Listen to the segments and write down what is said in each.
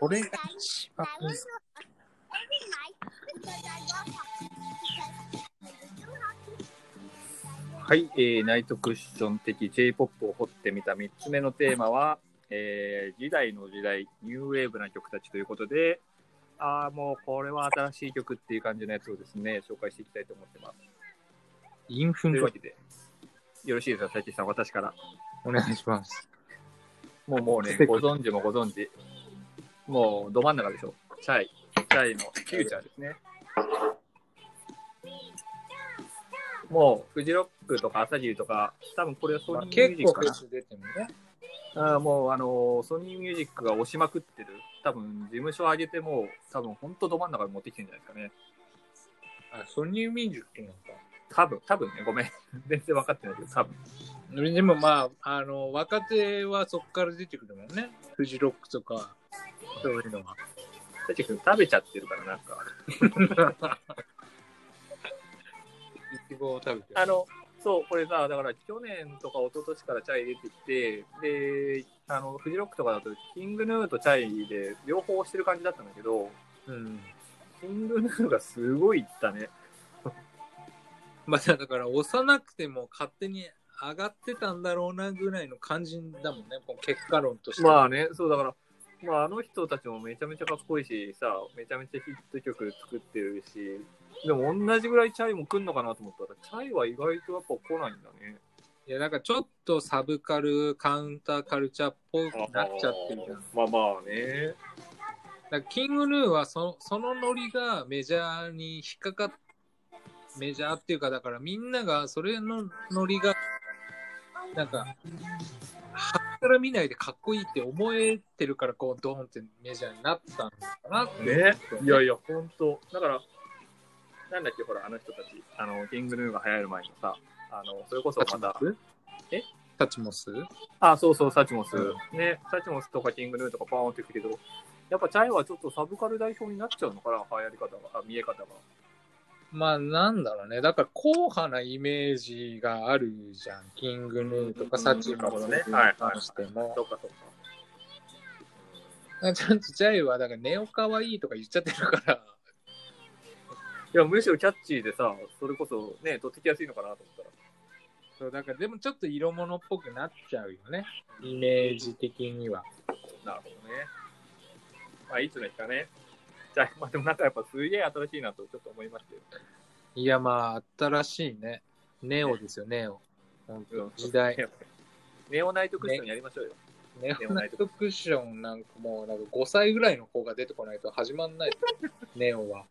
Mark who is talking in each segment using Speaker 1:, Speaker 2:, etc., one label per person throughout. Speaker 1: お願いします
Speaker 2: every night because I love hockey. Because I do hockey.
Speaker 3: はい、えーナイトクッション的 J-POP を掘ってみた3つ目のテーマは、えー、時代の時代、ニューウェーブな曲たちということで、ああ、もうこれは新しい曲っていう感じのやつをですね、紹介していきたいと思ってます。
Speaker 1: インフ
Speaker 3: とい
Speaker 1: ン
Speaker 3: う
Speaker 1: ト
Speaker 3: わけで、よろしいですか、斉藤さん、私から。
Speaker 1: お願いします
Speaker 3: もうもうね、ご存知もご存知。もうど真ん中でしょ。チャイ、チャイのフューチャーですね。もう、フジロックとか朝霧とか、多分これはソ
Speaker 1: まあ
Speaker 3: ニー
Speaker 1: 結
Speaker 3: ミュージッ
Speaker 1: 構
Speaker 3: クか
Speaker 1: フェ
Speaker 3: な
Speaker 1: ス出てるね。
Speaker 3: あーもう、あのーソニーミュージックが押しまくってる。多分、事務所上げても、多分、ほんとど真ん中に持ってきてるんじゃないですかね。
Speaker 1: あソニーミュージックなんか
Speaker 3: 多分、多分ね、ごめん。 全然分かってないけど、多分。
Speaker 1: でもまあ、あの、若手はそこから出てくるもんね。フジロックとか、そういうのは。
Speaker 3: 大地君、食べちゃってるから、なんか。
Speaker 1: いちごを食べてる。
Speaker 3: あの、そう、これさ、だから去年とか一昨年からチャイ出てきて、で、あの、フジロックとかだと、キングヌーとチャイで両方押してる感じだったんだけど、
Speaker 1: うん。
Speaker 3: キングヌーがすごいいったね。
Speaker 1: まあだから、幼くても勝手に上がってたんだろうなぐらいの感じだもんね。この結果論として。
Speaker 3: まあね、そうだから、まああの人たちもめちゃめちゃかっこいいし、さ、めちゃめちゃヒット曲作ってるし、でも同じぐらいチャイも来んのかなと思ったら、チャイは意外とやっぱ来ないんだね。
Speaker 1: いや、なんかちょっとサブカル、カウンターカルチャーっぽくなっちゃってるじゃん。だか
Speaker 3: まあまあね。
Speaker 1: らキングヌーはそそのノリがメジャーに引っかかっメジャーっていうか、だからみんながそれのノリが、なんか、はっから見ないでかっこいいって思えてるから、こう、ドーンってメジャーになったのかなって。
Speaker 3: ね。いやいや、ほんと。だから、なんだっけ、ほら、あの人たち、あの、キングヌーが流行る前のさ、あの、それこそ
Speaker 1: タ
Speaker 3: ま
Speaker 1: チモ
Speaker 3: た、
Speaker 1: ス
Speaker 3: え
Speaker 1: タチモス
Speaker 3: あ、そうそう、サチモス。
Speaker 1: う
Speaker 3: ね、サチモスとかキングヌーとかパーンって言くけど、やっぱチャイはちょっとサブカル代表になっちゃうのかな、流行り方が、あ見え方が。
Speaker 1: まあなんだろうね。だから硬派なイメージがあるじゃん。キングヌーとかサチモスに関しても。
Speaker 3: そうか、そうか。
Speaker 1: あちゃんとジャイはだからネオかわいいとか言っちゃってるから。
Speaker 3: いや、むしろキャッチーでさ、それこそね、取ってきやすいのかなと思ったら。
Speaker 1: そうだからでもちょっと色物っぽくなっちゃうよね。イメージ的には。
Speaker 3: なるほどね。まあ、いつの日かね。じゃあ、まあ、でもなんかやっぱすげえ新しいなとちょっと思いましたよ。
Speaker 1: いやまあ新しいね。ネオですよ、ネオ。本当時代。
Speaker 3: ネオナイトクッションやりましょうよ。
Speaker 1: ネ
Speaker 3: ネ
Speaker 1: オ
Speaker 3: オ
Speaker 1: ナ
Speaker 3: ナ
Speaker 1: イ
Speaker 3: イ
Speaker 1: ト
Speaker 3: ト
Speaker 1: クッションなんかもうなんか5歳ぐらいの子が出てこないと始まんない。ネオは。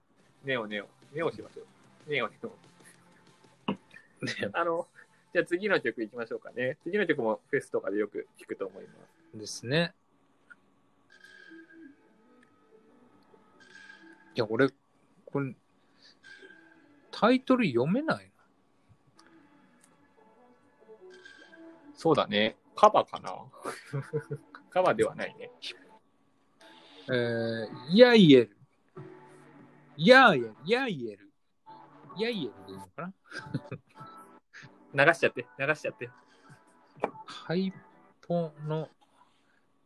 Speaker 3: ネオネオ。ネオしましょう。ネオネオ。
Speaker 1: ネ
Speaker 3: あの、じゃあ次の曲いきましょうかね。次の曲もフェスとかでよく聞くと思います。
Speaker 1: オですね。いや、俺、これ、タイトル読めない
Speaker 3: そうだね。カバか なカバではないね。
Speaker 1: えー、ヤイエル。ヤイエル、ヤイエル。ヤイエルでいいのかな
Speaker 3: 流しちゃって、流しちゃって。
Speaker 1: ハイポの、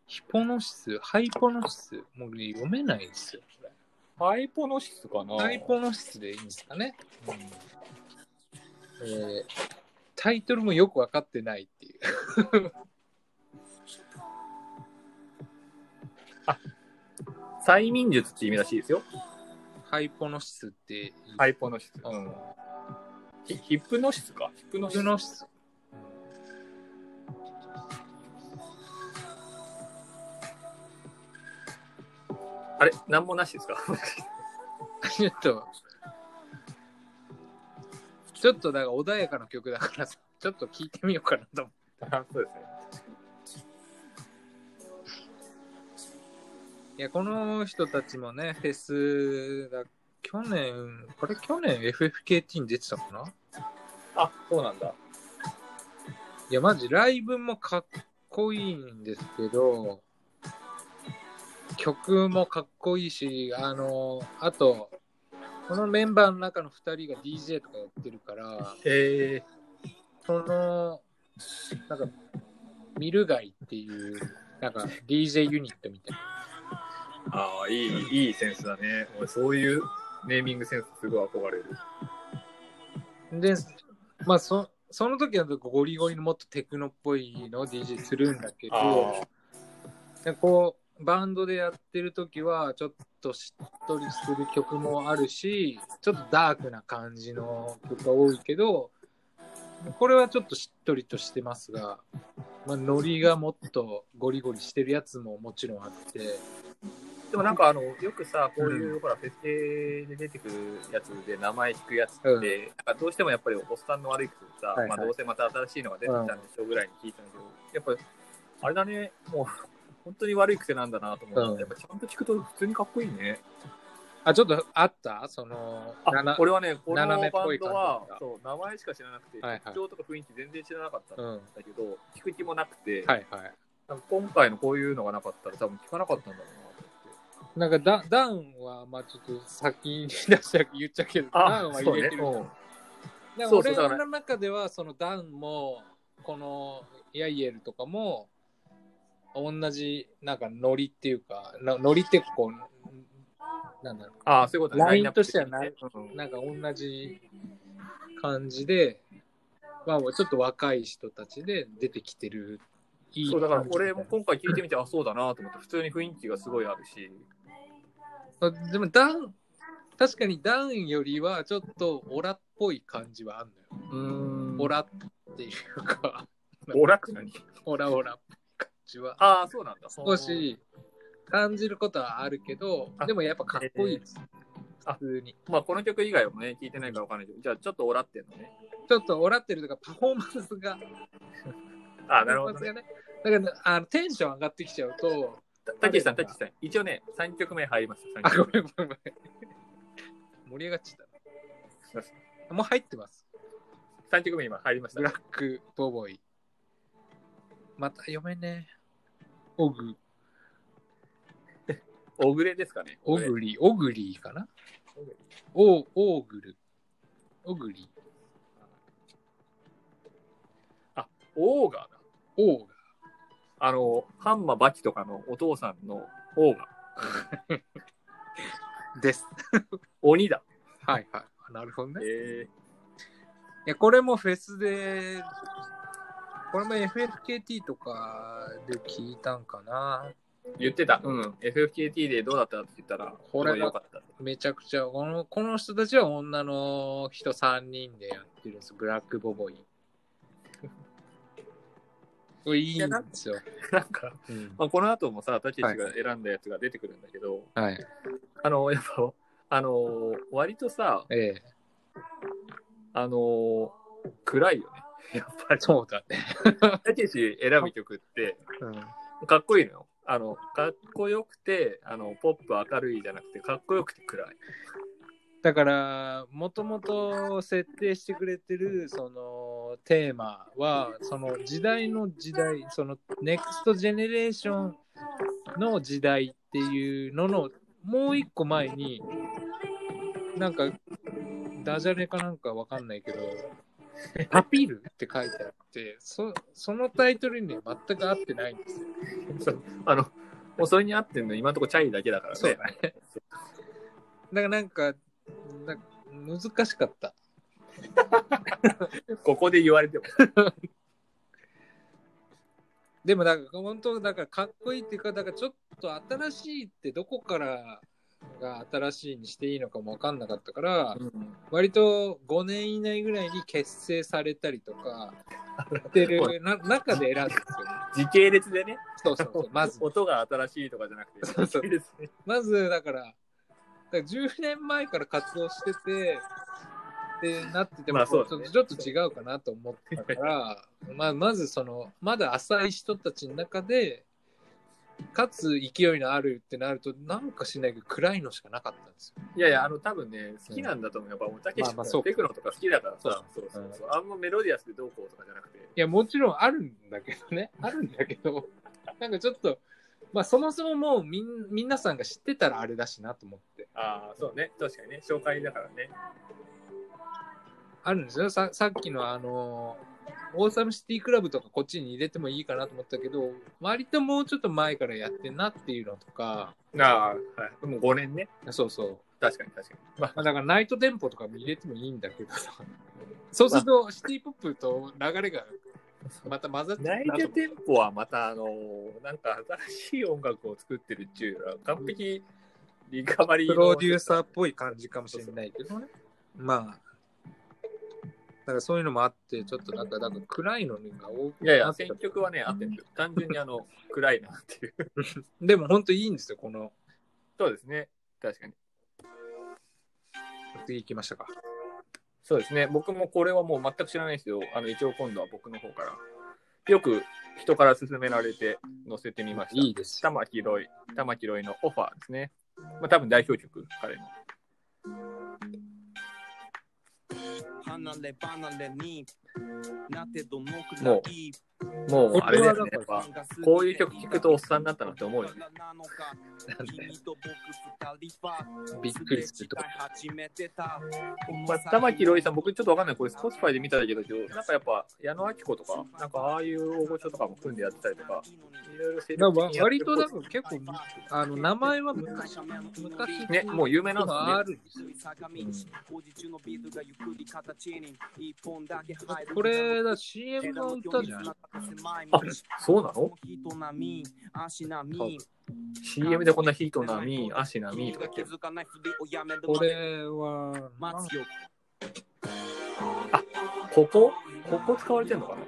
Speaker 1: ヒポノシスハイポノシスもう読めないですよ、これ
Speaker 3: ハイポノシスかな
Speaker 1: ハイポノシスでいいんですかね、うんえータイトルもよくわかってないっていう。
Speaker 3: 催眠術って意味らしいですよ。
Speaker 1: ハイポノシスっていい
Speaker 3: ハイポノシス。
Speaker 1: うん。
Speaker 3: ヒヒップノシスか。ヒップノ
Speaker 1: ヒポノシス。
Speaker 3: あれなんもなしですか
Speaker 1: ちょっと、ちょっとだから穏やかな曲だからさ、ちょっと聞いてみようかなと思って
Speaker 3: あそうですね。
Speaker 1: いや、この人たちもね、フェスだ、去年、これ去年 FFKT に出てたかな
Speaker 3: あ、そうなんだ。
Speaker 1: いや、マジライブもかっこいいんですけど、曲もかっこいいし、あの、あと、このメンバーの中の2人が DJ とかやってるから、
Speaker 3: へえ。
Speaker 1: その、なんか、ミルガイっていう、なんか DJ ユニットみたいな。
Speaker 3: ああ、いい、いいセンスだね。俺、そういうネーミングセンスすごい憧れる。
Speaker 1: で、まあそ、その時はゴリゴリのもっとテクノっぽいのを DJ するんだけど、でこう、バンドでやってる時は、ちょっとしっとりする曲もあるし、ちょっとダークな感じの曲が多いけど、これはちょっとしっとりとしてますが、まあ、ノリがもっとゴリゴリしてるやつももちろんあって、
Speaker 3: でもなんかあの、よくさ、こういう、ほら、フェステで出てくるやつで名前引くやつって、
Speaker 1: うん
Speaker 3: なんかどうしてもやっぱりおっさんの悪いことさ、
Speaker 1: はいはい
Speaker 3: まあどうせまた新しいのが出てきたんでしょうぐらいに聞いたんだけど、やっぱ、あれだね、もう、本当に悪い癖なんだなと思う、
Speaker 1: うん
Speaker 3: やっぱちゃんと聞くと普通にかっこいいね。
Speaker 1: あ、ちょっとあったその、
Speaker 3: あ
Speaker 1: なな
Speaker 3: 俺はね、このバ
Speaker 1: 斜めっ
Speaker 3: ン
Speaker 1: ぽい
Speaker 3: ド
Speaker 1: 感じ
Speaker 3: は
Speaker 1: だった、
Speaker 3: そう、名前しか知らなくて、
Speaker 1: はいはい
Speaker 3: 特徴とか雰囲気全然知らなかった
Speaker 1: うんん。
Speaker 3: だけど、聞く気もなくて、
Speaker 1: はいはい。
Speaker 3: なんか今回のこういうのがなかったら多分聞かなかったんだろうなと思って。
Speaker 1: なんかダダウンは、まあちょっと先に出した言っちゃうけど、ダウンは入れてる。
Speaker 3: そうねうん
Speaker 1: だか
Speaker 3: そ
Speaker 1: ら
Speaker 3: うそう
Speaker 1: 俺
Speaker 3: だから
Speaker 1: の中では、そのダウンも、このヤイエルとかも、同じ、なんかノリっていうか、なノリってこう、なんだろ
Speaker 3: ああ、そういうこと
Speaker 1: ラインとしてはな
Speaker 3: ラインナップ的
Speaker 1: う、
Speaker 3: にね
Speaker 1: なんか同じ感じで、まあちょっと若い人たちで出てきてる。いい
Speaker 3: そう、だから
Speaker 1: 感じ
Speaker 3: 俺も今回聞いてみて、あ、そうだなと思って、普通に雰囲気がすごいあるし、
Speaker 1: あでもダウン、確かにダウンよりはちょっとオラっぽい感じはあるのよ。
Speaker 3: うん
Speaker 1: オ
Speaker 3: オラ、
Speaker 1: ラっていうか、
Speaker 3: オラって何
Speaker 1: オラオラっぽい感じは。
Speaker 3: ああ、そうなんだ。
Speaker 1: 少し感じることはあるけど、でもやっぱかっこいいです。
Speaker 3: あ
Speaker 1: 普通に。
Speaker 3: まあ、この曲以外もね、聞いてないからわかんないけど、じゃあちょっとオラってんのね。
Speaker 1: ちょっとオラってるとかパフォーマンスが、
Speaker 3: あ
Speaker 1: パ
Speaker 3: あ、
Speaker 1: フ
Speaker 3: なる
Speaker 1: ォー
Speaker 3: ほ
Speaker 1: マ
Speaker 3: ど
Speaker 1: ンスが
Speaker 3: ね。
Speaker 1: ね。だからあのテンション上がってきちゃうと、
Speaker 3: たけしさん、たけしさん。一応ね、3曲目入りました。
Speaker 1: あ、
Speaker 3: 3
Speaker 1: ご
Speaker 3: 曲
Speaker 1: めんごめんごめん。盛り上がっちゃった。もう入ってます。
Speaker 3: 目。3曲目今入りまし
Speaker 1: ブラ
Speaker 3: た
Speaker 1: ッ。クボボイ。また読めねえ。オグ、
Speaker 3: オグレですかね。
Speaker 1: オ
Speaker 3: 小暮
Speaker 1: グリ、オグリーかなオー、オーグル。オグリ、
Speaker 3: オーガーだ。
Speaker 1: オーが。
Speaker 3: あの、ハンマバキとかのお父さんのオーガー。
Speaker 1: です。
Speaker 3: 鬼だ。
Speaker 1: はいはい。なるほどね。
Speaker 3: え
Speaker 1: いや、これもフェスで、これも FFKT とかで聞いたんかな。
Speaker 3: ー、言ってた。うん。FFKT でどうだったって言ったら、
Speaker 1: これが
Speaker 3: すごい良かった。
Speaker 1: めちゃくちゃ、このこの人たちは女の人3人でやってるんです。ブラックボボイ。これ いいんですよ。
Speaker 3: なんか、
Speaker 1: うん
Speaker 3: まあ、この後もさ、たけしが選んだやつが出てくるんだけど、
Speaker 1: はい。
Speaker 3: あの、やっぱ、あの、割とさ、
Speaker 1: ええ。
Speaker 3: あの、暗いよね。やっぱり。
Speaker 1: そうだね。
Speaker 3: たけし選ぶ曲って、
Speaker 1: うん。
Speaker 3: かっこいいのよ。あの、かっこよくて、あの、ポップ明るいじゃなくて、かっこよくて暗い。
Speaker 1: だから、もともと設定してくれてる、その、テーマは、その時代の時代、その、ネクストジェネレーションの時代っていうのの、もう一個前に、なんか、ダジャレかなんかわかんないけど、パピルって書いてあって、そそのタイトルには全く合ってないんですよ。
Speaker 3: あの、もうそれに合ってんの、今のところチャイだけだからね。
Speaker 1: そうだね。だからなんか、な難しかった。
Speaker 3: ここで言われても。
Speaker 1: でもだから本当だからかっこいいっていうかだからちょっと新しいってどこからが新しいにしていいのかも分かんなかったから割と5年以内ぐらいに結成されたりとかしてるな中で選んだんですよ。
Speaker 3: 時系列でね、
Speaker 1: そうそうそうまず
Speaker 3: 音が新しいとかじゃなく
Speaker 1: そう
Speaker 3: て、
Speaker 1: そう
Speaker 3: 時系列で
Speaker 1: まずだからだから10年前から活動しててってなってても、
Speaker 3: まあそう
Speaker 1: ち
Speaker 3: だ
Speaker 1: ょっ
Speaker 3: ね
Speaker 1: とちょっと違うかなと思ったから、 まあ、まずそのまだ浅い人たちの中でかつ勢いのあるってなるとなんかしないけど暗いのしかなかったんですよ。
Speaker 3: いやいや、あの、多分ね、好きなんだと思う。やっぱ、おたけ
Speaker 1: まあ
Speaker 3: し
Speaker 1: まあ
Speaker 3: も
Speaker 1: そうか
Speaker 3: テクノとか好きだからさ、
Speaker 1: そ
Speaker 3: そうう
Speaker 1: か
Speaker 3: そうそう。あんまメロディアスでどうこうとかじゃなくて、
Speaker 1: いやもちろんあるんだけどね あるんだけどなんかちょっと、まあ、そもそももうみん皆さんが知ってたらあれだしなと思って。
Speaker 3: ああ、そうね、確かにね、紹介だからね。
Speaker 1: あるんですよ。ささっきのあの、オーサムシティクラブとかこっちに入れてもいいかなと思ったけど、割ともうちょっと前からやってんなっていうのとか、
Speaker 3: ああ、はい。もう5年ね。
Speaker 1: そうそう。
Speaker 3: 確かに確かに。まあ、
Speaker 1: まあ、だからナイトテンポとかも入れてもいいんだけどさ。そうするとシティポップと流れがまた混ざっちゃ
Speaker 3: ナ
Speaker 1: う
Speaker 3: イ
Speaker 1: な
Speaker 3: ト
Speaker 1: と。
Speaker 3: テンポはまた、あのなんか新しい音楽を作ってるっていうよりは完璧リカバリー
Speaker 1: プ
Speaker 3: の
Speaker 1: ロデューサーっぽい感じかもしれないけどね。まあ。だからそういうのもあって、ちょっとなんか、なんか暗いのが多く
Speaker 3: いやい
Speaker 1: なっ
Speaker 3: や、
Speaker 1: た
Speaker 3: 選曲はね、合ってるんですよ。単純にあの、暗いなっていう。
Speaker 1: でも本当いいんですよ、この。
Speaker 3: そうですね。確かに。
Speaker 1: 次行きましたか。
Speaker 3: そうですね。僕もこれはもう全く知らないですよ。あの、一応今度は僕の方から。よく人から勧められて載せてみました。
Speaker 1: いいですよ。
Speaker 3: 玉木ロイ、玉木ロイのオファーですね。まあ多分代表曲、彼の。
Speaker 4: 離れ離れになってどのくら
Speaker 3: も
Speaker 4: い
Speaker 3: もう、あれだよね。
Speaker 1: これ
Speaker 3: やっ
Speaker 1: は
Speaker 3: ぱ、こういう曲聴くとおっさんになったなって思うよね。
Speaker 4: 君と僕二人は
Speaker 1: びっくりするとこ。
Speaker 4: 始めてた
Speaker 3: まあ、玉木ロイさん、僕ちょっとわかんない。これ、スポティファイで見ただけだけど、なんかやっぱ、矢野明子とか、なんかああいう大御所とかも組んでやってたりとか、いろいろ精
Speaker 1: まあわ
Speaker 3: 力的にやってる
Speaker 1: 割となんか結構、あの、名前は昔、昔
Speaker 3: ね、もう有名なんですね。
Speaker 1: あるんですよ。これだ、CM の歌じゃん。
Speaker 4: あ
Speaker 3: そうなの ?CM でこんなヒートなみ、アシなみとか言ってる。
Speaker 1: これは、なん
Speaker 4: 待つよ
Speaker 3: ここここ使われてんのかな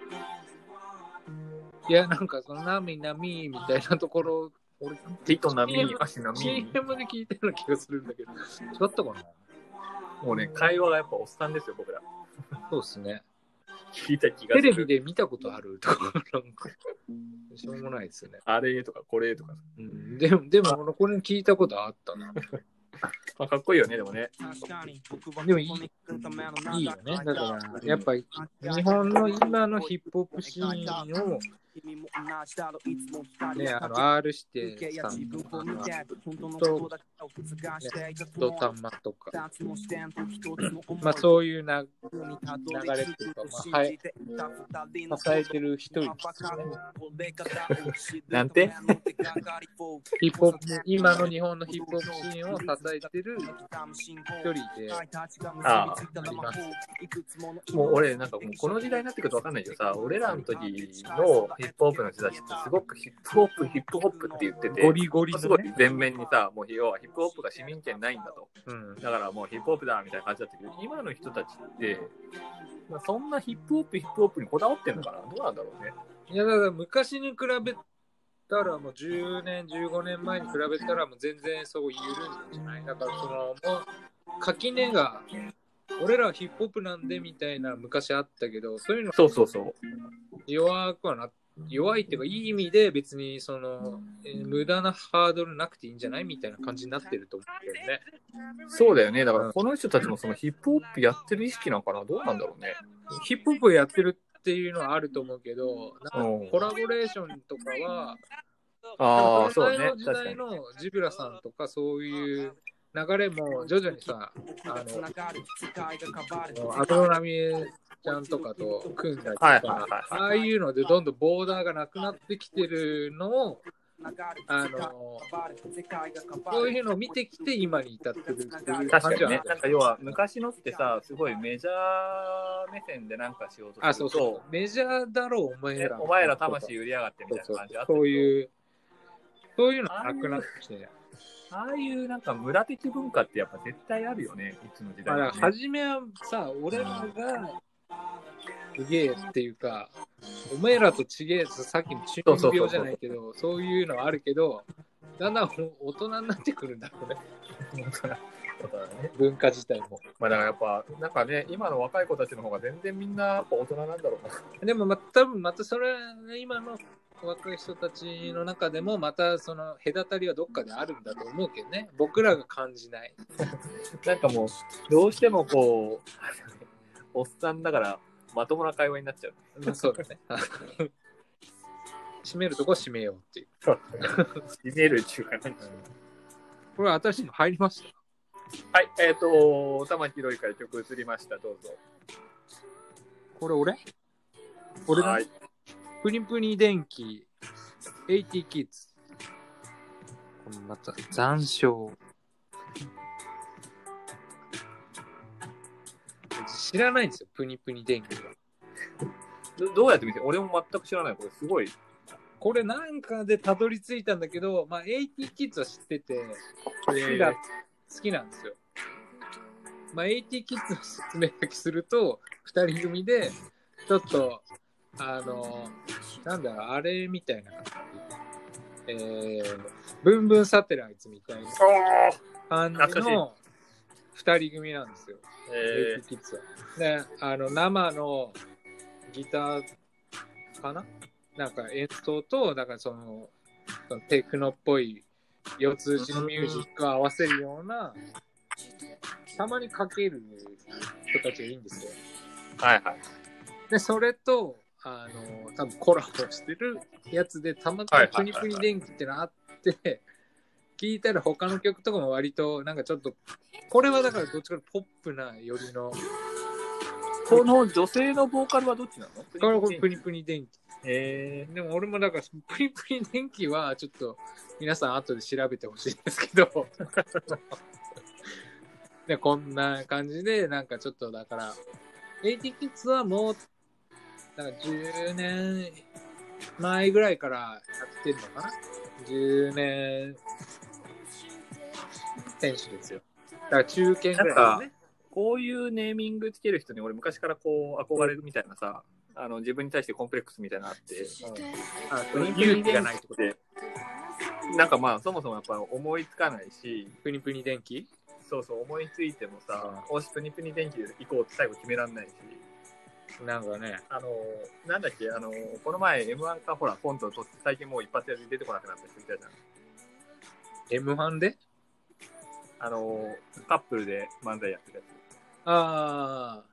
Speaker 3: い
Speaker 1: や、なんかその、なみなみみたいなところ、俺、
Speaker 3: ヒートなみ
Speaker 1: CM、
Speaker 3: アシなみ。
Speaker 1: CM で聞いたような気がするんだけど、違ったか
Speaker 3: もうね、会話がやっぱおっさんですよ、僕ら。
Speaker 1: なそうですね。
Speaker 3: 聞いた気が
Speaker 1: テ
Speaker 3: する。
Speaker 1: レビで見たことあるとか、なんか、しょうもないですね。
Speaker 3: あれとかこれとか。
Speaker 1: うん、でも、でも、俺これ聞いたことあったな。
Speaker 3: まあ、かっこいいよね、でもね。
Speaker 1: でもいい、いいよね。だから、やっぱり、日本の今のヒップホップシーンを、ね、あの、R 指定さんとか、と、ドタマとか、まあ、そういうな
Speaker 4: 流れっていうか、まあ、はい。
Speaker 1: 支えてる人いますね。
Speaker 4: なんて
Speaker 1: ヒップホップ、今の日本のヒップホップシーンを支えてる一人で、
Speaker 4: ああ、
Speaker 1: あります
Speaker 3: もう俺、なんかもうこの時代になってくるとわかんないけどさ、俺らの時のヒップホップの人たちってすごくヒップホップ、ヒップホップって言ってて、
Speaker 1: ゴリゴリ
Speaker 3: す
Speaker 1: の
Speaker 3: ごい
Speaker 1: ね。
Speaker 3: 前面にさ、もう要はヒップホップが市民権ないんだと。
Speaker 1: うん。
Speaker 3: だからもうヒップホップだみたいな感じだったけど、今の人たちって、まあ、そんなヒップホップ、ヒップホップにこだわってるのかなどうなんだろうね。
Speaker 1: いや、だから昔に比べたら、もう10年、15年前に比べたら、もう全然そう緩いんじゃないだから、その、もう、垣根が、俺らはヒップホップなんでみたいな昔あったけど、そういうの
Speaker 3: そうそうそう。
Speaker 1: 弱くはな、弱いっていうか、いい意味で別に、その、えー無駄なハードルなくていいんじゃないみたいな感じになってると思うんだよね。
Speaker 3: そうだよね。だからこの人たちもそのヒップホップやってる意識なのかなどうなんだろうね。
Speaker 1: ヒップホップをやってるっていうのはあると思うけど、なん
Speaker 3: う
Speaker 1: か
Speaker 3: ん
Speaker 1: コラボレーションとかは、
Speaker 3: ああ、
Speaker 1: そ
Speaker 3: そ
Speaker 1: の
Speaker 3: うね
Speaker 1: 前の。時
Speaker 3: 確か
Speaker 1: 代
Speaker 3: に。
Speaker 1: のジブラさんとかそういう流れも徐々にさ、あの、アトロナミエちゃんとかと組んだりとか、
Speaker 3: はいはいはい
Speaker 1: ああいうのでどんどんボーダーがなくなってきてるのを、あの、そういうのを見てきて今に至ってるっていう
Speaker 3: 確
Speaker 1: 感
Speaker 3: か
Speaker 1: じ
Speaker 3: に
Speaker 1: はあ
Speaker 3: ね
Speaker 1: る。
Speaker 3: なんか要は昔のってさ、すごいメジャー目線でなんかしようとすると、
Speaker 1: あ、そうそう。メジャーだろ、お前
Speaker 3: ね
Speaker 1: ら。
Speaker 3: お前ら魂売りやがってみ
Speaker 1: そう
Speaker 3: た
Speaker 1: そ
Speaker 3: いな
Speaker 1: う
Speaker 3: 感じあったけど
Speaker 1: そういう、そういうのなくなってきて。
Speaker 3: ああいうなんか村的文化ってやっぱ絶対あるよね、いつの時
Speaker 1: まあ
Speaker 3: 代、
Speaker 1: だ
Speaker 3: ね
Speaker 1: から。初めはさ、俺らがすげえっていうか、お前らとちげえさっきの中二病じゃないけど、そういうのはあるけど、だんだんお大人になってくるんだろうね、
Speaker 3: 本当だ本当だね
Speaker 1: 文化自体も。
Speaker 3: まあだからやっぱ、なんかね、今の若い子たちの方が全然みんなやっぱ大人なんだろうな。
Speaker 1: でも、まあ、多分またそれ、今の若い人たちの中でも、またその隔たりはどっかであるんだと思うけどね、僕らが感じない。
Speaker 3: なんかもう、どうしてもこう、おっさんだからまともな会話になっちゃう。
Speaker 1: まあ、そうだね。締めるとこ締めようっていう。
Speaker 3: いじめる中華
Speaker 1: これ新しいの入りました
Speaker 3: はい、えっ、ー、と、玉木宏から曲移りました、どうぞ。
Speaker 1: これ俺俺が
Speaker 3: はい。
Speaker 1: プニプニ電気、80キッズ。このまた、残照。知らないんですよ、プニプニ電気は。
Speaker 3: どどうやって見て俺も全く知らない。これすごい。
Speaker 1: これなんかでたどり着いたんだけど、まあ、80キッズは知ってて、好
Speaker 3: え
Speaker 1: き
Speaker 3: ー
Speaker 1: だ、好きなんですよ。まあ、80キッズの説明だけすると、2人組で、ちょっと、あの、なんだろう、あれみたいな感じ。えー、ブンブンサテライツみたいな感じの2人組なんですよ。
Speaker 3: え
Speaker 1: AP キッズは。ね、あの生のギターかななんか演奏と、だからその、そのテクノっぽい四つ打ちのミュージックを合わせるような、たまにかける人たちがいいんですよ。
Speaker 3: ー、はいはい。
Speaker 1: で、それと、あの、多分コラボしてるやつで、たまたまプニプニ電気ってのあって、聞いたら他の曲とかも割と、なんかちょっと、これはだからどっちかというとポップな寄りの、
Speaker 3: この女性のボーカルはどっちなの
Speaker 1: これこれプニプニ電気。
Speaker 3: え
Speaker 1: でも俺もだから、プリプリ電気はちょっと皆さん後で調べてほしいんですけど。 で、こんな感じで、なんかちょっとだから、AT キッズはもう、なんか10年前ぐらいからやってるのかな ?10 年選手ですよ。だから中堅ぐらいですね。
Speaker 3: ー、こういうネーミングつける人に俺昔からこう憧れるみたいなさ、あの自分に対してコンプレックスみたいなのあって、
Speaker 1: あ
Speaker 3: プニプニ
Speaker 1: 勇気がないってこと
Speaker 3: で、なんかまあそもそもやっぱ思いつかないし、
Speaker 1: プニプニ電気
Speaker 3: そうそう思いついてもさ、おしプニプニ電気で行こうって最後決めらんないし、
Speaker 1: なんかね。
Speaker 3: あのー、なんだっけ、あのー、この前 M1 かほら、コントとって最近もう一発やり出てこなくなった人いたじゃん。
Speaker 1: M1 で
Speaker 3: あのー、カップルで漫才やってるや
Speaker 1: あ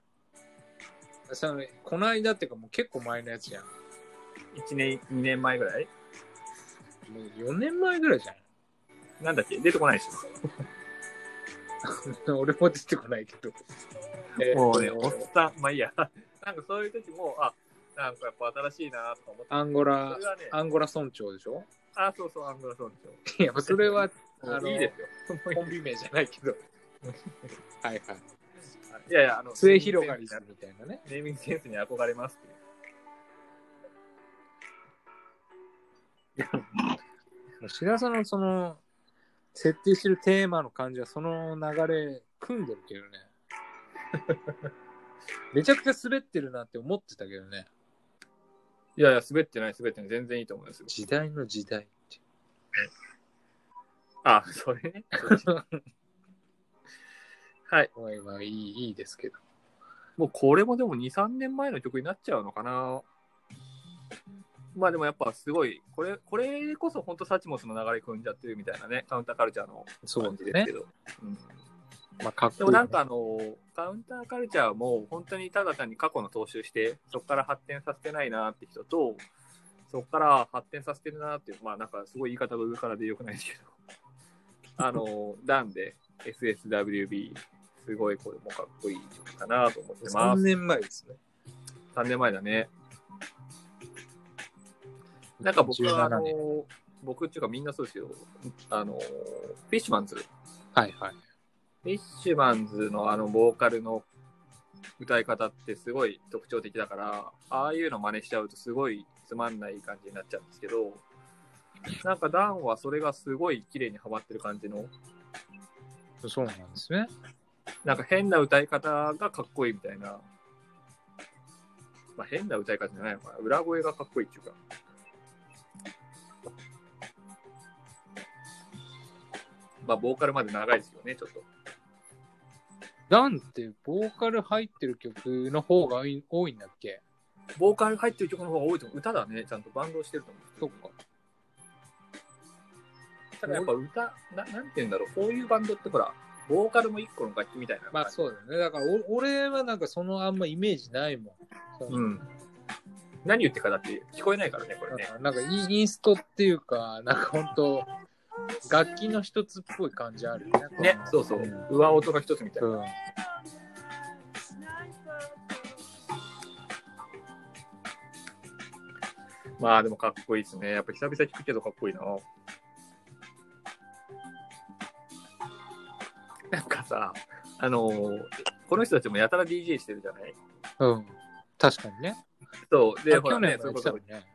Speaker 1: あ。そのこの間っていうかもう結構前のやつじゃん。
Speaker 3: つ。1年、2年前ぐらい
Speaker 1: もう4年前ぐらいじゃ
Speaker 3: なんだっけ出てこないでし
Speaker 1: ん。 俺も出てこないけど。えー
Speaker 3: ょ。もうね、おっさん、まあいいや。 なんかそういう時も、あ、なんかやっぱ新しいなとか思って。
Speaker 1: アンゴラ
Speaker 3: それ、はね、
Speaker 1: アンゴラ村長でしょ
Speaker 3: あ、そうそう、アングラそうでしょ
Speaker 1: いや、それ は、あの、
Speaker 3: いいですよ。
Speaker 1: コンビ名じゃない けど。はいはい。
Speaker 3: いやいや、あの、
Speaker 1: 末広がりだみたいなね。
Speaker 3: ネーミングセンスに憧れますっていう。
Speaker 1: もう志田さんのその、設定してるテーマの感じはその流れ組んでるけどね。 めちゃくちゃ滑ってるなって思ってたけどね。
Speaker 3: いやいや、滑ってない、滑ってない。全然いいと思いますよ。
Speaker 1: 時代の時代っていう。
Speaker 3: あ、それね。 はい。
Speaker 1: まあ今いいいいですけど。
Speaker 3: もうこれもでも2、3年前の曲になっちゃうのかな。まあでもやっぱすごい、これ、これこそ本当サチモスの流れ組んじゃってるみたいなね、カウンターカルチャーの感じですけど。うん
Speaker 1: まあ、かっこいい、
Speaker 3: でもなんかあの、カウンターカルチャーも本当にただ単に過去の踏襲して、そこから発展させてないなって人と、そこから発展させてるなっていう、まあなんかすごい言い方が上からでよくないです けど、あの、ダンで SSWB、すごいこれもかっこいい曲かなと思ってま
Speaker 1: 3
Speaker 3: す。
Speaker 1: 年前ですね。
Speaker 3: 3年前だね。なんか僕は、
Speaker 1: 17
Speaker 3: あの
Speaker 1: 年。、
Speaker 3: 僕っていうかみんなそうですよ。あの、フィッシュマンズ。フ
Speaker 1: はいはい。
Speaker 3: ィッシュマンズのあの、ボーカルの歌い方ってすごい特徴的だから、ああいうの真似しちゃうとすごいつまんない感じになっちゃうんですけど、なんかダンはそれがすごい綺麗にハマってる感じの、
Speaker 1: そうなんですね。
Speaker 3: なんか変な歌い方がかっこいいみたいな。まあ変な歌い方じゃないのかな。裏声がかっこいいっていうか。まあボーカルまで長いですよね、ちょっと。
Speaker 1: ダンってボーカル入ってる曲の方が多い多いんだっけ
Speaker 3: ボーカル入ってる曲の方が多いと思う。歌だね、ちゃんとバンドをしてると思う。
Speaker 1: そっか。
Speaker 3: ただやっぱ歌、ななんて言うんだろう。こういうバンドってほら、ボーカルも一個の楽器みたいな。
Speaker 1: まあそうだよね。だからお俺はなんかそのあんまイメージないもん。
Speaker 3: うん。何言ってるかだって聞こえないからね、これ
Speaker 1: だ
Speaker 3: ね
Speaker 1: か。らなんかインインストっていうか、なんかほんと、楽器の一つっぽい感じあるよね。
Speaker 3: ね、そうそう。上音の一つみたいな。
Speaker 1: うん。
Speaker 3: まあでもかっこいいですね。やっぱ久々聞くけどかっこいいな。なんかさ、あのーこの人たちもやたら DJ してるじゃない
Speaker 1: うん。確かにね。
Speaker 3: そう。で、
Speaker 1: あ
Speaker 3: ほらね、
Speaker 1: も
Speaker 3: そ
Speaker 1: や
Speaker 3: れ
Speaker 1: って
Speaker 3: こ
Speaker 1: た
Speaker 3: そ
Speaker 1: もんね。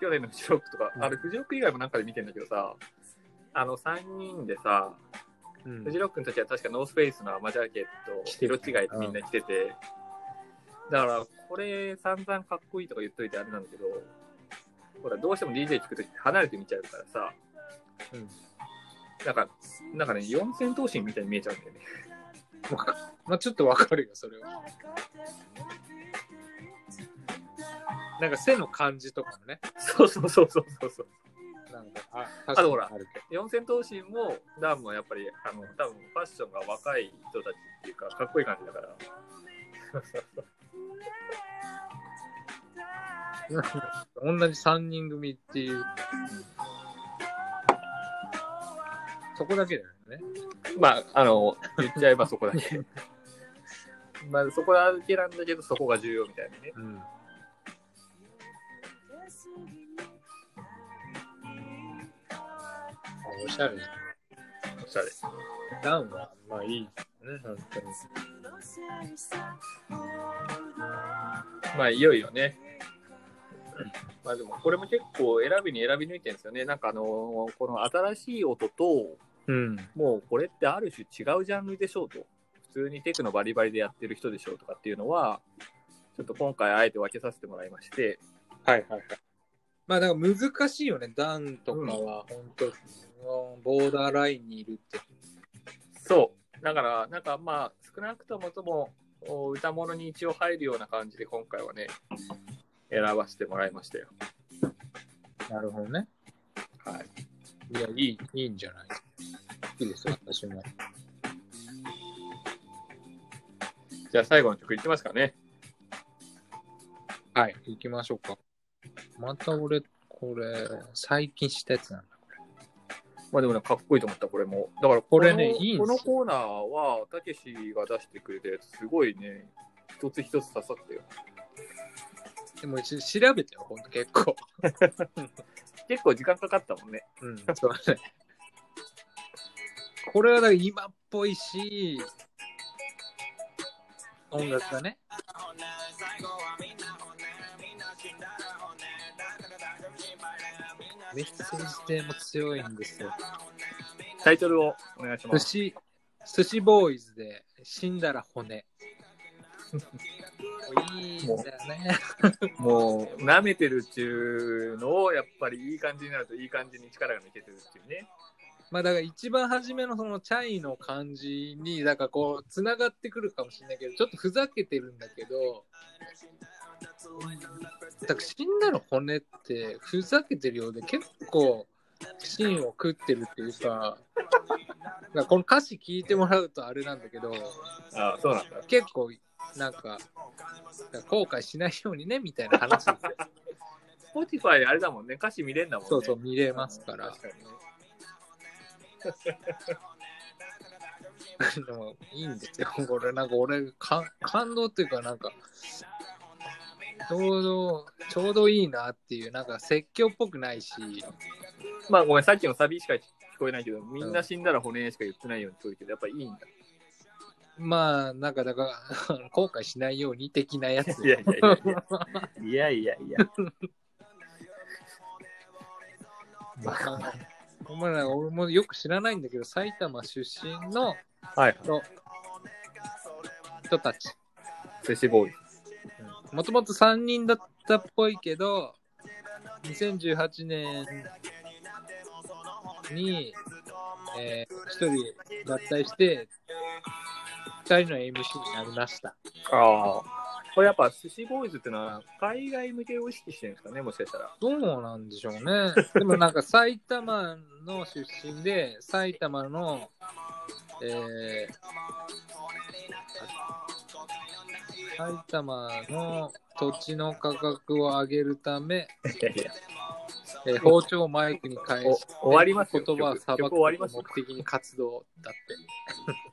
Speaker 3: 去年のフジロックとか、
Speaker 1: うん
Speaker 3: あれフジロック以外もなんかで見てんだけどさ、あの3人でさ、
Speaker 1: うん
Speaker 3: フジロックの時は確かノースフェイスのアマジャケッ
Speaker 1: 着
Speaker 3: ト、
Speaker 1: て
Speaker 3: 色
Speaker 1: る
Speaker 3: 違いでみんな着てて、だからこれ散々かっこいいとか言っといてあれなんだけど、ほらどうしても DJ 聞くときって離れて見ちゃうからさ、
Speaker 1: うん
Speaker 3: なんか、なんかね、四千頭身みたいに見えちゃうんだよね。
Speaker 1: まあちょっとわかるよ、それは。なんか背の感じとかもね。
Speaker 3: そうそうそうそうそうそう。
Speaker 1: なんか、あ、
Speaker 3: あ
Speaker 1: 確
Speaker 3: とほら
Speaker 1: あるけど。
Speaker 3: 四千頭身も、ダームはやっぱり、あの、多分ファッションが若い人たちっていうか、かっこいい感じだから。
Speaker 1: 同じ3人組っていう。そこだけだよね。
Speaker 3: まあ、あの、言っちゃえばそこだけ。 まあ、そこだけなんだけど、そこが重要みたいなね。
Speaker 1: うん。おしゃれ。
Speaker 3: おしゃれ。
Speaker 1: ダウンは、まあいいですね、本当に。
Speaker 3: まあ、いよいよね。まあ、でも、これも結構選びに選び抜いてるんですよね。なんか、あの、この新しい音と、
Speaker 1: うん。
Speaker 3: もうこれってある種違うジャンルでしょうと。普通にテクノバリバリでやってる人でしょうとかっていうのは、ちょっと今回あえて分けさせてもらいまして、
Speaker 1: はいはいはい。まあだから難しいよね、ダウンとかは、本当、うん、ボーダーラインにいるって。
Speaker 3: そう。だから、なんかまあ、少なくともとも、お歌物に一応入るような感じで今回はね、選ばせてもらいましたよ。
Speaker 1: なるほどね。
Speaker 3: はい。
Speaker 1: いや、いい、いいんじゃないいいです、私も。
Speaker 3: じゃあ最後の曲いってますかね。
Speaker 1: はい、行きましょうか。また俺、これ、最近したやつなんだ。
Speaker 3: まあでもね、かっこいいと思った、これも。だから
Speaker 1: これね
Speaker 3: の
Speaker 1: いいんですよ
Speaker 3: このコーナーは、たけしが出してくれたやつ、すごいね、一つ一つ刺さったよ。
Speaker 1: でも、ち調べてよ、ほんと結構。
Speaker 3: 結構時間かかったもんね。
Speaker 1: うん、そうね。これはだから今っぽいし、音楽がね。メッセージ性も強いんですよ。
Speaker 3: タイトルをお願いしま
Speaker 1: 寿
Speaker 3: す。
Speaker 1: 司、寿司ボーイズで死んだら骨。いいんだよね。
Speaker 3: もう、舐めてるっていうのを、やっぱりいい感じになると、いい感じに力が抜けてるっていうね。
Speaker 1: まあだから一番初めのそのチャイの感じに、だからこう、つながってくるかもしれないけど、ちょっとふざけてるんだけど、だから死んだら骨って、ふざけてるようで、結構、芯を食ってるっていうか、だからこの歌詞聞いてもらうとあれなんだけど、
Speaker 3: ああ、そうなんだ。
Speaker 1: 結構、なんか、後悔しないようにね、みたいな話ですよ。
Speaker 3: Spotify あれだもんね、歌詞見れんだもんね。
Speaker 1: そうそう、
Speaker 3: う、
Speaker 1: 見れますから。
Speaker 3: 確かにね
Speaker 1: でもいいんですよ。これなんか俺感感動っていうかなんかちょうどちょうどいいなっていうなんか説教っぽくないし、
Speaker 3: まあごめん、さっきのサビしか聞こえないけど、みんな死んだら骨しか言ってないように聞こえるけど、やっぱいいんだ。
Speaker 1: まあなんかだから後悔しないように的なやつ。
Speaker 3: いやいやいやいや。 いやいやいや。
Speaker 1: まあお前ら俺もよく知らないんだけど埼玉出身の
Speaker 3: はい。
Speaker 1: 人たち。
Speaker 3: 寿司ボーイ。
Speaker 1: もともと3人だったっぽいけど、2018年に、えー、1人脱退して、2人の MC になりました。
Speaker 3: ああ。これやっぱ寿司ボーイズってのは、海外向けを意識してるんですかね、もしかしたら。
Speaker 1: どうなんでしょうね。でもなんか埼玉の出身で、埼玉の、えー埼玉の土地の価格を上げるため、
Speaker 3: いやいや。
Speaker 1: えー包丁をマイクに返し
Speaker 3: お終わりますよ
Speaker 1: 言葉を
Speaker 3: 曲
Speaker 1: さばく
Speaker 3: 曲終わりますよ
Speaker 1: 目的に活動だって。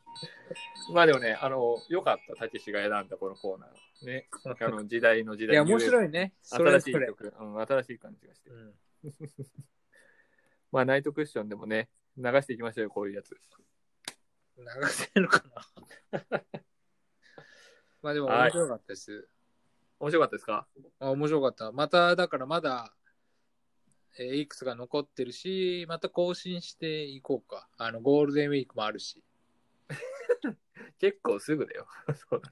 Speaker 3: まあでもね、あの、良かった、たけしが選んだこのコーナー。ね、あの時代の時
Speaker 1: い
Speaker 3: 代
Speaker 1: や、面白
Speaker 3: い。
Speaker 1: いね。それ
Speaker 3: 新しい
Speaker 1: ぞれ。
Speaker 3: 曲、うん、新しい感じがして
Speaker 1: う。ん
Speaker 3: まあ、ナイトクッションでもね、流していきましょうよ、こういうやつ。
Speaker 1: 流せるかな まあでも面白かったです。
Speaker 3: 面白かったですか
Speaker 1: あ面白かった。また、だからまだ、えーいくつか残ってるし、また更新していこうか。あの、ゴールデンウィークもあるし。
Speaker 3: 結構すぐだよ。そうだ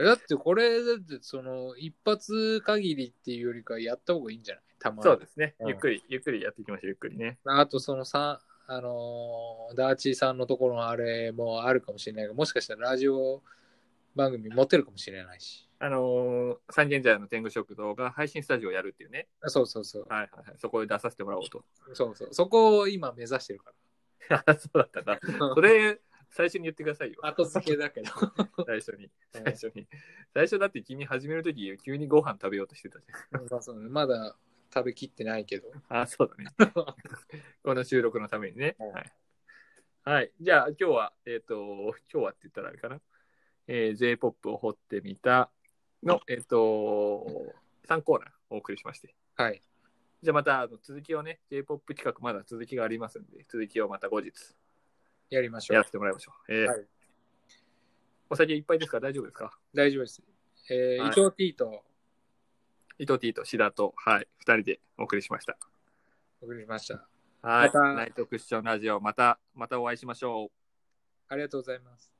Speaker 3: ね
Speaker 1: だってこれ、だってその、一発限りっていうよりかやった方がいいんじゃないたまに。
Speaker 3: そうですね。
Speaker 1: うん
Speaker 3: ゆっくり、ゆっくりやっていきましょう、ゆっくりね。
Speaker 1: あとそのさ、あのーダーチーさんのところのあれもあるかもしれないが、もしかしたらラジオ番組持ってるかもしれないし。
Speaker 3: あのー、三軒茶屋の天狗食堂が配信スタジオをやるっていうね。
Speaker 1: あそうそうそう。
Speaker 3: はいはいはい。そこで出させてもらお うと。
Speaker 1: そうそう。そこを今目指してるか
Speaker 3: あそうだったな。
Speaker 1: ら。
Speaker 3: それ、最初に言ってくださいよ。
Speaker 1: 後付けだけど。
Speaker 3: 最初に。
Speaker 1: うん
Speaker 3: 最初に。最初だって君始めるとき、急にご飯食べようとしてたじ
Speaker 1: まあそうねまだ食べきってないけど。
Speaker 3: ゃん。あ、そうだね。 この収録のためにね。
Speaker 1: うん
Speaker 3: はい。はい。じゃあ、今日は、えっ、と、今日はって言ったらあれかな。えー、J-POP を掘ってみたの、えっ、と、3コーナーお送りしまして。
Speaker 1: はい。
Speaker 3: じゃあまたあの続きをね、J-POP 企画まだ続きがありますんで、続きをまた後日
Speaker 1: やりましょ
Speaker 3: やら
Speaker 1: う。
Speaker 3: せてもらいましょう。えー
Speaker 1: はい
Speaker 3: お酒いっぱいですか大丈夫ですか
Speaker 1: 大丈夫です。えー
Speaker 3: はい
Speaker 1: 伊藤 T と
Speaker 3: 伊藤 T と志田と、はい、二人でお送りしました。
Speaker 1: お送りしました。
Speaker 3: はい、
Speaker 1: また
Speaker 3: ナイトクッションラジオ、また、またお会いしましょう。
Speaker 1: ありがとうございます。